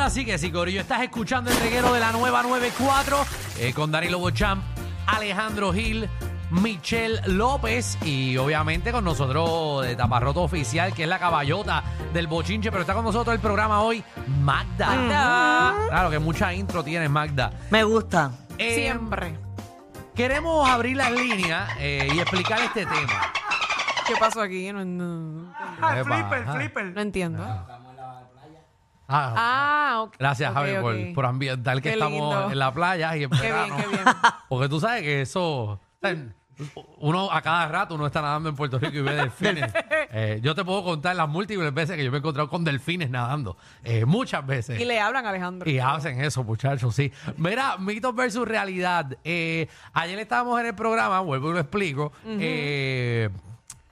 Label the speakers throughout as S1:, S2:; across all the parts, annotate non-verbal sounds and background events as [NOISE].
S1: así que sí, Corillo, estás escuchando el reguero de la nueva 94 eh, con Danilo Bochamp, Alejandro Gil, Michelle López y obviamente con nosotros de Taparroto Oficial, que es la caballota del bochinche, pero está con nosotros el programa hoy, Magda. Claro que mucha intro tienes, Magda.
S2: Me gusta.
S1: Eh,
S3: Siempre.
S1: Queremos abrir las líneas eh, y explicar este tema.
S3: ¿Qué pasó aquí? No, no-
S4: Ah, el
S1: Epa,
S4: flipper,
S1: ajá.
S4: flipper.
S3: no entiendo.
S1: Ah,
S3: Ah, ok.
S1: Gracias,
S3: Ok,
S1: Javier, por-
S3: ok.
S1: por, ambientar que
S3: Qué
S1: estamos
S3: lindo.
S1: en la playa y en
S3: Qué bien,
S1: verano.
S3: qué bien.
S1: [LAUGHS] Porque tú sabes que eso. o sea, Uno a cada rato uno está nadando en Puerto Rico y ve
S3: [LAUGHS]
S1: delfines. Eh, yo te puedo contar las múltiples veces que yo me he encontrado con delfines nadando. Eh, muchas veces.
S3: Y le hablan a Alejandro.
S1: Y hacen eso, muchachos, sí. Mira, mitos versus realidad. Eh, ayer estábamos en el programa, vuelvo y lo explico. eh,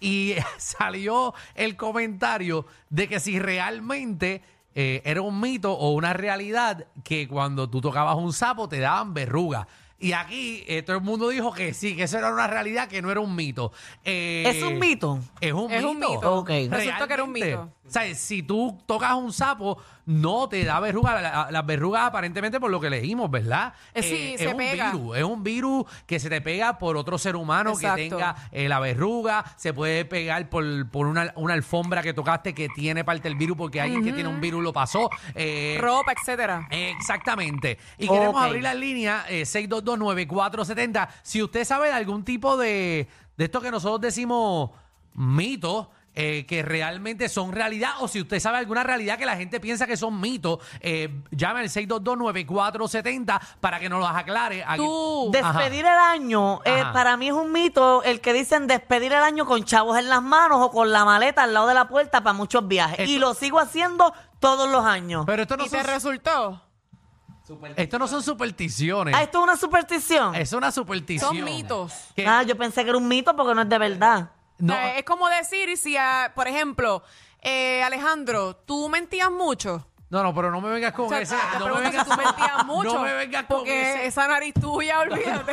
S1: y [LAUGHS] salió el comentario de que si realmente eh, era un mito o una realidad que cuando tú tocabas un sapo te daban verrugas. Y aquí eh, todo el mundo dijo que sí, que eso era una realidad, que no era un mito. Eh,
S2: ¿Es un mito?
S1: Es un
S3: Es
S1: mito.
S3: un mito.
S2: Ok.
S3: Resultó que era un
S1: Realmente.
S3: mito.
S1: O sea, si tú tocas un sapo, no te da verruga. La- Las verrugas, aparentemente, por lo que leímos, ¿verdad?
S3: Eh, sí, se
S1: es un
S3: pega.
S1: virus. Es un virus que se te pega por otro ser humano que
S3: Exacto.
S1: tenga eh, la verruga. Se puede pegar por, por una, una alfombra que tocaste que tiene parte del virus porque alguien que tiene un virus lo pasó. Eh,
S3: Ropa, etcétera.
S1: Exactamente. Y queremos
S2: Ok.
S1: abrir la línea eh, 6229470. Si usted sabe de algún tipo de, de esto que nosotros decimos mitos. eh, que realmente son realidad o si usted sabe alguna realidad que la gente piensa que son mitos, eh, llame al 6229470 para que nos las aclare. Aquí-
S3: Tú.
S1: Ajá.
S2: Despedir el año, eh,
S1: Ajá.
S2: para mí es un mito el que dicen despedir el año con chavos en las manos o con la maleta al lado de la puerta para muchos viajes.
S1: Esto-
S2: Y lo sigo haciendo todos los años.
S1: Pero esto no,
S3: ¿Y te
S1: son,
S3: resultó?
S1: esto no son supersticiones.
S2: Ah, ¿Esto es una superstición?
S1: eh, Es una superstición.
S3: Son mitos.
S1: Que-
S2: Ah, yo pensé que era un mito porque no es de verdad.
S1: no,
S3: O sea, es como decir, y si, ah, por ejemplo, eh, Alejandro, tú mentías mucho.
S1: no, no, pero no me vengas con
S3: O sea,
S1: ese.
S3: te
S1: no me
S3: pregunto
S1: vengas
S3: si tú mentías mucho.
S1: [LAUGHS] No me vengas con
S3: porque
S1: ese.
S3: esa nariz
S1: [LAUGHS]
S3: tuya, olvídate.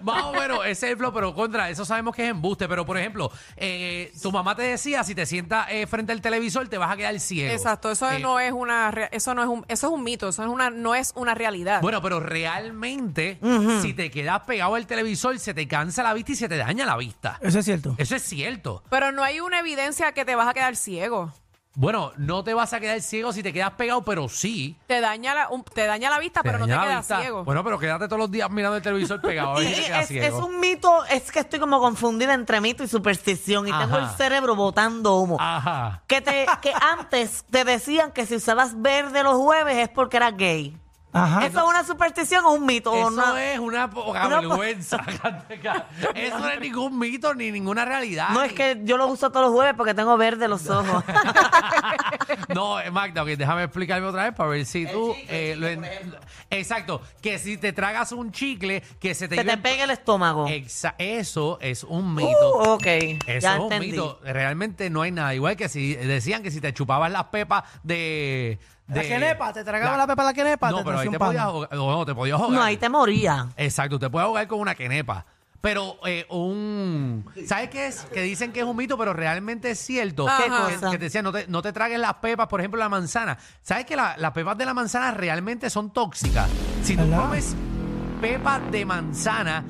S1: Más o menos, ese es el flow, pero contra, eso sabemos que es embuste. Pero, por ejemplo, eh, tu mamá te decía, si te sientas eh, frente al televisor, te vas a quedar ciego.
S3: Exacto, eso
S1: Eh,
S3: no es una re- eso no es un eso es un mito, eso es una no es una realidad.
S1: Bueno, pero realmente, si te quedas pegado al televisor, se te cansa la vista y se te daña la vista.
S4: Eso es cierto.
S1: Eso es cierto.
S3: Pero no hay una evidencia que te vas a quedar ciego.
S1: Bueno, no te vas a quedar ciego si te quedas pegado, pero sí.
S3: Te daña la, un- te daña la vista,
S1: te
S3: Ah, pero no te
S1: daña la
S3: quedas
S1: vista.
S3: ciego.
S1: Bueno, pero quédate todos los días mirando el televisor pegado. a ver
S2: Y
S1: si
S3: [LAUGHS]
S1: te quedas
S2: es,
S1: ciego.
S2: es un mito, es que estoy como confundida entre mito y superstición y tengo el
S1: Ajá.
S2: cerebro botando humo.
S1: Ajá.
S2: Que, te, que antes te decían que si usabas verde los jueves es porque eras gay.
S4: Ajá.
S2: ¿Eso es una superstición o un mito? o
S1: Eso
S2: no,
S1: es una poca
S2: Una po- [LAUGHS]
S1: vergüenza. [LAUGHS] Eso no es ningún mito ni ninguna realidad.
S2: no es que yo lo uso todos los jueves porque tengo verde
S1: [LAUGHS]
S2: los ojos.
S1: No, eh, Magda, ok, déjame explicarme otra vez para ver si tú. eh, lo en- Exacto, que si te tragas un chicle, que se te.
S2: [LAUGHS] que te
S1: lleve-
S2: pegue el estómago.
S1: Exa- Eso es un mito.
S2: Uh, ok,
S1: Eso
S2: ya
S1: es un
S2: entendí.
S1: mito. Realmente no hay nada. Igual que si decían que si te chupabas las pepas de. de
S4: La quenepa, te tragaba la, pepa la quenepa.
S1: No,
S4: te
S1: pero
S4: hacía
S1: ahí
S4: un
S1: te
S4: pan.
S1: podías, ahogar- no, te podías ahogar.
S2: No, ahí te moría.
S1: Exacto, te puede ahogar con una quenepa. Pero eh, un... ¿Sabes qué es? Que dicen que es un mito, pero realmente es cierto.
S3: ¿Qué
S1: Que-
S2: cosa?
S1: Que te decían, no te, no te tragues las pepas, por ejemplo, la manzana. ¿Sabes que la- las pepas de la manzana realmente son tóxicas? Si tú
S4: ¿Verdad?
S1: comes pepas de manzana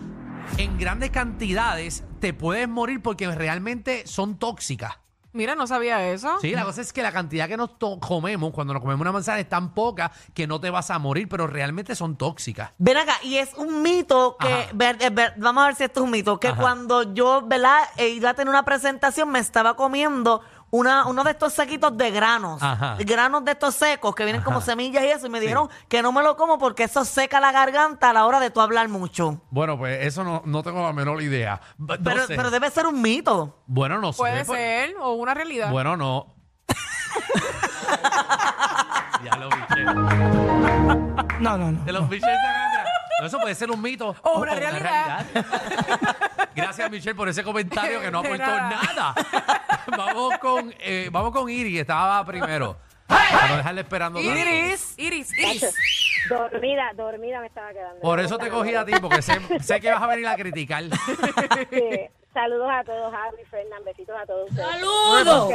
S1: en grandes cantidades, te puedes morir porque realmente son tóxicas.
S3: Mira, no sabía eso.
S1: Sí, la cosa es que la cantidad que nos to- comemos cuando nos comemos una manzana es tan poca que no te vas a morir, pero realmente son tóxicas.
S2: Ven acá, y es un mito que,
S1: Ajá.
S2: ver- eh, ver- vamos a ver si esto es un mito, que
S1: Ajá.
S2: cuando yo, ¿verdad? eh, iba a tener una presentación, me estaba comiendo una, uno de estos saquitos de granos,
S1: Ajá.
S2: granos de estos secos que vienen como
S1: Ajá.
S2: semillas y eso, y me
S1: Sí.
S2: dijeron que no me lo como porque eso seca la garganta a la hora de tú hablar mucho.
S1: Bueno, pues eso no, no tengo la menor idea. B- no
S2: Pero,
S1: sé.
S2: pero debe ser un mito.
S1: Bueno, no sé.
S3: Puede
S1: pues-
S3: ser o una realidad.
S1: Bueno, no. [LAUGHS] ya lo piché.
S4: No, no, no.
S1: De los bichos de acá. No, eso puede ser un mito. Oh,
S3: O una realidad. [LAUGHS]
S1: realidad. Gracias, Michelle, por ese comentario que no
S3: De
S1: aportó nada. [LAUGHS]
S3: nada.
S1: vamos con eh, vamos con Iri, que estaba primero. Para no dejarle esperando tanto.
S3: Iris, Iris, Iris.
S5: Dormida, dormida me estaba quedando.
S1: Por eso te cogí a ti, porque sé, sé que vas a venir a criticar.
S5: Sí. Saludos a todos, Abby, Fernan, besitos a todos ustedes.
S2: ¡Saludos!
S5: Ok,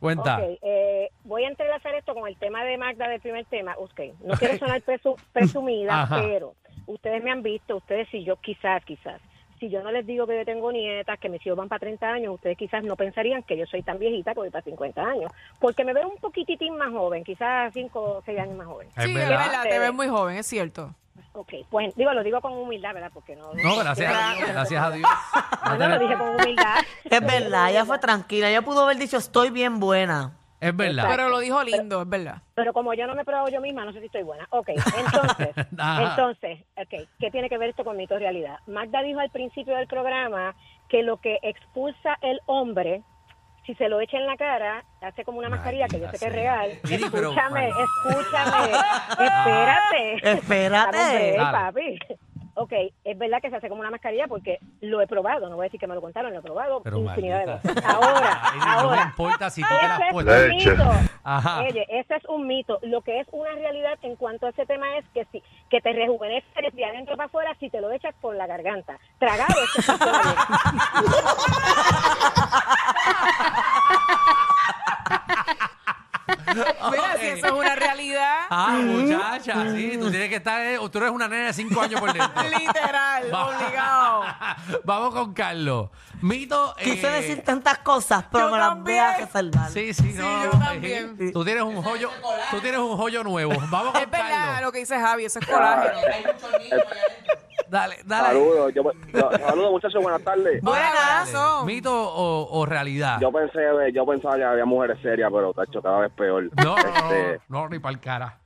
S1: Cuenta.
S5: Ok, eh, voy a entrelazar esto con el tema de Magda del primer tema. Ok, no quiero sonar presu- presumida,
S1: Ajá.
S5: pero ustedes me han visto, ustedes si yo quizás, quizás, si yo no les digo que yo tengo nietas, que mis hijos van para 30 años, ustedes quizás no pensarían que yo soy tan viejita que voy para 50 años, porque me veo un poquititín más joven, quizás 5 o 6 años más joven.
S1: Es
S3: sí,
S1: verdad.
S3: es verdad, te ves muy joven, es cierto.
S5: Ok, pues digo, lo digo con humildad, ¿verdad? Porque no... Este,
S1: No, gracias a Dios, gracias a Dios.
S5: [LAUGHS] No, no, lo dije con humildad.
S2: Es verdad, ella fue tranquila. Ella pudo haber dicho, estoy bien buena.
S1: Es verdad.
S3: Pero lo dijo lindo, es verdad.
S5: Pero como yo no me he probado yo misma, no sé si estoy buena.
S1: [LAUGHS]
S5: Ok, entonces,
S1: Ajá.
S5: entonces, ok, ¿qué tiene que ver esto con mito y realidad? Magda dijo al principio del programa que lo que expulsa el hombre, si se lo echa en la cara, hace como una mascarilla que yo sé que es
S1: Maldita
S5: real.
S1: sea. Miri, pero-
S5: Escúchame, escúchame,
S1: [LAUGHS]
S5: espérate.
S2: Espérate.
S5: Dame un break,
S1: Dale.
S5: papi. Ok, es verdad que se hace como una mascarilla porque lo he probado, no voy a decir que me lo contaron, lo he probado
S1: Pero
S5: infinidad de
S1: maldita
S5: veces.
S1: sea.
S5: Ahora,
S1: Ay, No me
S5: ahora.
S1: importa si tú te las
S5: Ese
S1: puestas.
S5: es un mito.
S1: Ajá.
S5: Oye, ese es un mito. Lo que es una realidad en cuanto a ese tema es que si, que te rejuveneces de adentro para afuera si te lo echas por la garganta. Tragado es
S1: [LAUGHS]
S5: que funciona bien.
S3: Mira, si eso es una realidad,
S1: Ah, muchacha, sí, tú tienes que estar, eh, tú eres una nena de 5 años por dentro.
S3: [LAUGHS] literal,
S1: Va-
S3: obligado.
S1: [LAUGHS] Ah. Vamos con Carlos. Mito. eh,
S2: Quise decir tantas cosas, pero
S3: yo
S2: me las voy
S3: también.
S2: a salvar.
S1: Sí, sí,
S3: Sí,
S1: no,
S3: yo
S1: no,
S3: también.
S1: eh, Tú tienes un joyo, tú tienes un joyo nuevo. Vamos con
S3: Es verdad
S1: Carlos.
S3: lo que dice Javi, eso es colágeno.
S1: Dale, dale.
S6: Saludos, yo, yo- saludos muchachos, buenas tardes.
S3: Buenas. son.
S1: Mito o, o realidad.
S6: Yo pensé, yo pensaba que había mujeres serias, pero tacho, cada vez peor.
S1: No, no,
S6: Este,
S1: no, no, ni para el cara.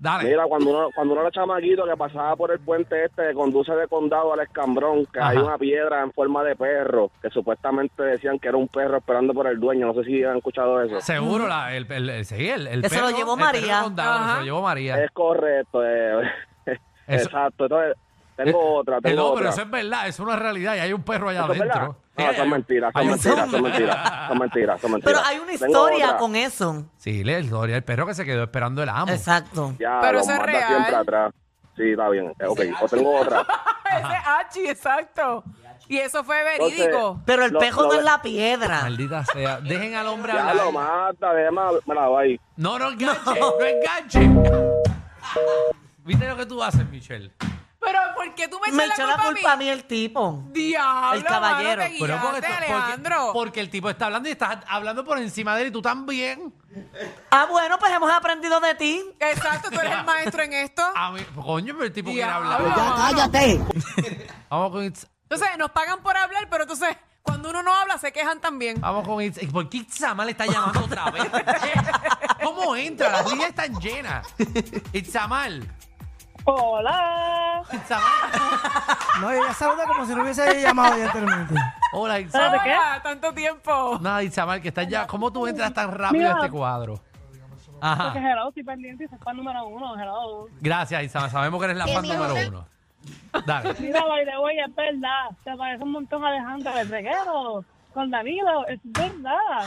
S1: Dale.
S6: mira, cuando uno, cuando uno era chamaquito que pasaba por el puente este que conduce de condado al escambrón, que hay
S1: Ajá.
S6: una piedra en forma de perro, que supuestamente decían que era un perro esperando por el dueño. No sé si han escuchado eso.
S1: Seguro, la, el, el, el- sí, el, el
S2: Eso lo
S1: perro-
S2: llevó
S1: el perro
S2: María.
S1: condado,
S3: Ajá.
S1: Se lo llevó María.
S6: Es correcto. eh, [LAUGHS]
S1: Eso-
S6: exacto. Entonces, tengo
S1: Eh,
S6: otra,
S1: eh,
S6: Ah, tengo
S1: no, pero
S6: otra.
S1: eso es verdad, eso no es realidad y hay un perro allá
S6: ¿Eso es verdad?
S1: adentro.
S6: No, son mentiras, son
S1: hay un-
S6: mentiras, son mentiras, son mentiras, son mentiras.
S2: Pero hay una
S6: Tengo
S2: historia
S6: otra.
S2: con eso.
S1: Sí, la historia el perro que se quedó esperando el amo.
S2: Exacto.
S6: Ya,
S3: Pero
S6: los
S3: eso es
S6: manda
S3: real.
S6: siempre atrás. Sí, está bien. Eh, Ok, o tengo [LAUGHS] otra.
S3: Ese Hachi, exacto. Y eso fue verídico.
S2: Pero el
S6: Lo-
S2: pejo
S6: lo
S2: no
S6: ve-
S2: es la piedra.
S1: Maldita sea. Dejen al hombre
S6: Ya
S1: hablar.
S6: lo mata, déjame, me la va ahí.
S1: No,
S6: [LAUGHS]
S1: no enganche, no, enganche. ¿Viste lo que tú haces, Michelle?
S3: Pero ¿por qué tú me
S2: Me
S3: echas
S2: echó
S3: Pues la culpa,
S2: culpa a
S3: mí?
S2: mí el tipo.
S3: Diablo,
S2: El caballero.
S3: mano, te
S1: Pero
S3: guiaste,
S1: tú-
S3: Alejandro.
S1: porque el tipo está hablando y estás hablando por encima de él y tú también.
S2: Ah, bueno, pues hemos aprendido de ti.
S3: Exacto, tú eres el maestro en esto.
S1: A mí, coño, pero el tipo quiere
S3: Diablo,
S1: hablar.
S3: mano.
S1: Vamos con It's,
S3: Entonces, nos pagan por hablar, pero entonces, cuando uno no habla, se quejan también.
S1: vamos con It's. ¿Por qué Itzama le está llamando otra vez? [LAUGHS] ¿Cómo entra? Las líneas están llenas. Itzamal.
S5: Hola.
S1: Itzamal.
S4: No, ella saluda como si no hubiese llamado ya anteriormente.
S1: Hola,
S5: ¿De
S1: Itzamal.
S5: qué?
S3: Hola, tanto tiempo.
S1: Nada, Itzamal, que estás ya. ¿Cómo tú entras tan rápido a
S5: Mira.
S1: este cuadro? Ajá.
S5: Gerardo, estoy pendiente y se fue número uno, Gerardo.
S1: Gracias, Isama. Sabemos que eres la fan número uno. Dale.
S5: Mira, baile, oye, es verdad. Te parece un montón Alejandro del reguero. Con Danilo, es verdad.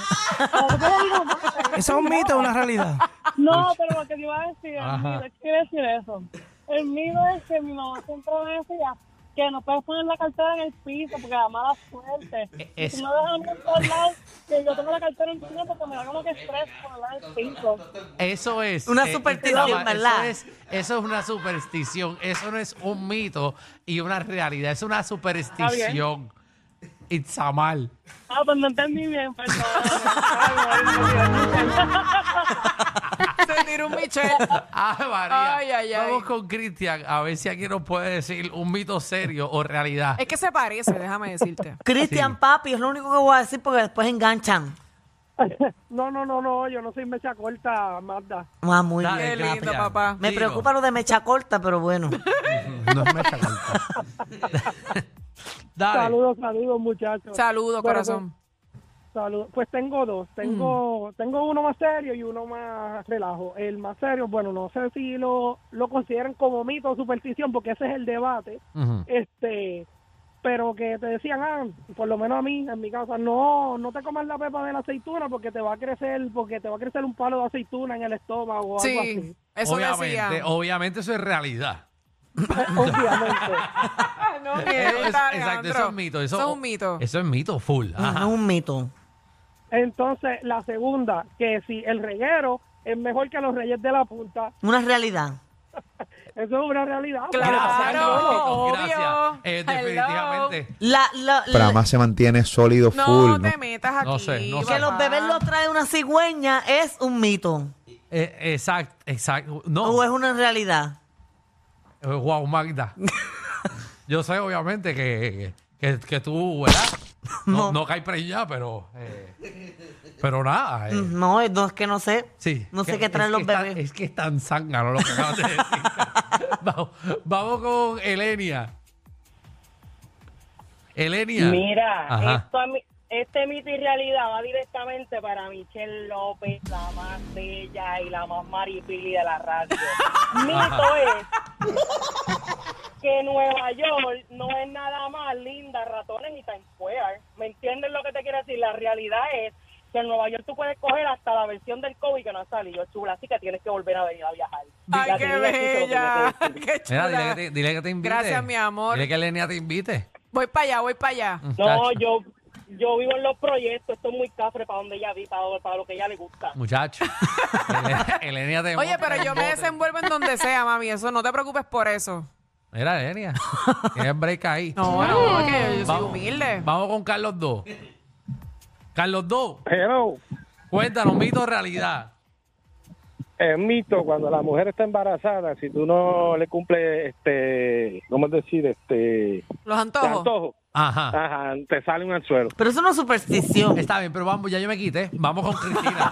S4: Eso es un mito, una realidad.
S5: No, pero lo que te iba a decir, el
S1: Ajá.
S5: miedo, ¿qué quiere decir eso? El miedo es que mi mamá siempre me decía que no puedes poner la cartera en el piso porque da mala suerte.
S1: E-
S5: Y
S1: es-
S5: si no dejan en todos lados, que yo tengo la cartera en el piso porque me da como que estrés ponerla en el piso.
S1: Eso es.
S2: Una
S1: eh,
S2: superstición,
S1: Itzama,
S2: ¿verdad?
S1: Eso es, eso es una superstición. Eso no es un mito y una realidad. Es una superstición. Itzamal.
S5: Ah, pues no entendí bien, perdón. Ay, ay, ay, ay.
S3: Se tiró un Michel.
S1: Ah, María.
S3: Ay, ay, ay.
S1: Vamos con Cristian a ver si aquí nos puede decir un mito serio o realidad.
S3: Es que se parece, déjame decirte.
S2: Cristian, papi, es lo único que voy a decir porque después enganchan.
S7: [LAUGHS] No, no, no, no, yo no soy mecha corta, Magda.
S2: Ah, muy
S1: Dale,
S3: Qué
S2: bien.
S3: lindo,
S1: Cristian.
S3: papá.
S2: Me
S1: Digo,
S2: preocupa lo de mecha corta, pero bueno.
S1: No es mecha corta. Dale.
S7: Saludos, saludos, muchachos.
S3: Saludos,
S7: Bueno,
S3: corazón.
S7: Saludos. Pues tengo dos. Tengo
S3: Mm.
S7: tengo uno más serio y uno más relajo. El más serio, bueno, no sé si lo, lo consideran como mito o superstición, porque ese es el debate.
S1: Ujú.
S7: Este, pero que te decían, ah, por lo menos a mí, en mi casa, no, no te comas la pepa de la aceituna porque te va a crecer, porque te va a crecer un palo de aceituna en el estómago o
S1: pues,
S7: algo así. [LAUGHS]
S3: Sí, eso
S1: obviamente,
S3: decía.
S1: obviamente eso es realidad.
S7: Obviamente.
S3: Ah, no,
S1: Eso
S3: mienta,
S1: Eh, es- exacto,
S3: Alejandro.
S1: eso es mito. Eso,
S3: Eso es un mito.
S1: Eso es mito, full.
S2: No
S1: Ajá.
S2: es un mito.
S6: Entonces, la segunda, que si el reguero es mejor que los reyes de la punta,
S2: Una realidad.
S6: eso es una realidad.
S3: Claro,
S1: Marcos,
S3: obvio.
S1: gracias. Eh, definitivamente.
S2: La, la- la-
S8: Prama se mantiene sólido,
S3: No
S8: full. ¿no?
S3: te metas aquí.
S1: No sé, no sé.
S2: que los
S3: papá.
S2: bebés los trae una cigüeña es un mito.
S1: Eh, exacto, exacto.
S2: O
S1: No, eh,
S2: es una realidad.
S1: wow,
S2: [LAUGHS]
S1: Magda. Yo sé, obviamente, que, que, que tú, ¿verdad? No,
S2: No.
S1: no caes preñada, pero. eh, pero nada. eh.
S2: Mm, No, no es que no sé.
S1: Sí.
S2: No sé
S1: Que-
S2: qué traen
S1: es
S2: los
S1: que está-
S2: bebés.
S1: es que es tan zángano lo que acabas de decir. [LAUGHS] vamos, vamos con Elenia. Elenia.
S7: Mira,
S1: Ajá.
S7: esto a mí- este mito y realidad va directamente para Michelle López, la más bella y la más maripili de la radio. mito es que Nueva York no es nada más linda, ratones y Times Square. ¿Me entiendes lo que te quiero decir? La realidad es que en Nueva York tú puedes coger hasta la versión del COVID que no ha salido chula, así que tienes que volver a venir a viajar.
S3: Ay,
S7: La
S3: qué
S7: realidad es que eso es lo que
S3: bella.
S7: yo te digo.
S3: Qué
S1: Mira, dile
S3: chula.
S1: que, te, dile que te invite.
S3: Gracias, mi amor.
S1: Dile que Elenia te invite.
S3: Voy para allá, voy para allá.
S7: No,
S1: Muchacho.
S7: yo, yo vivo en los proyectos, esto es muy cafre para donde ella vive, para, para lo que ella le gusta.
S3: [LAUGHS]
S1: Muchacho. Ele- Elenia te
S3: Oye,
S1: monta en
S3: pero
S1: el
S3: yo me
S1: bote.
S3: desenvuelvo en donde sea, mami. Eso no te preocupes por eso.
S1: Mira, Elenia. Tienes break ahí.
S3: No, no, es que yo soy
S1: Vamos.
S3: humilde.
S1: Vamos con Carlos 2. Carlos 2,
S6: Pero
S1: cuéntanos, mito o realidad.
S6: es mito, cuando la mujer está embarazada, si tú no le cumples, este, ¿cómo decir? Este,
S3: Los antojos.
S1: Ajá.
S6: ajá, te sale un anzuelo.
S2: Pero eso no es superstición.
S1: Está bien, pero vamos, ya yo me quité. Vamos con Cristina.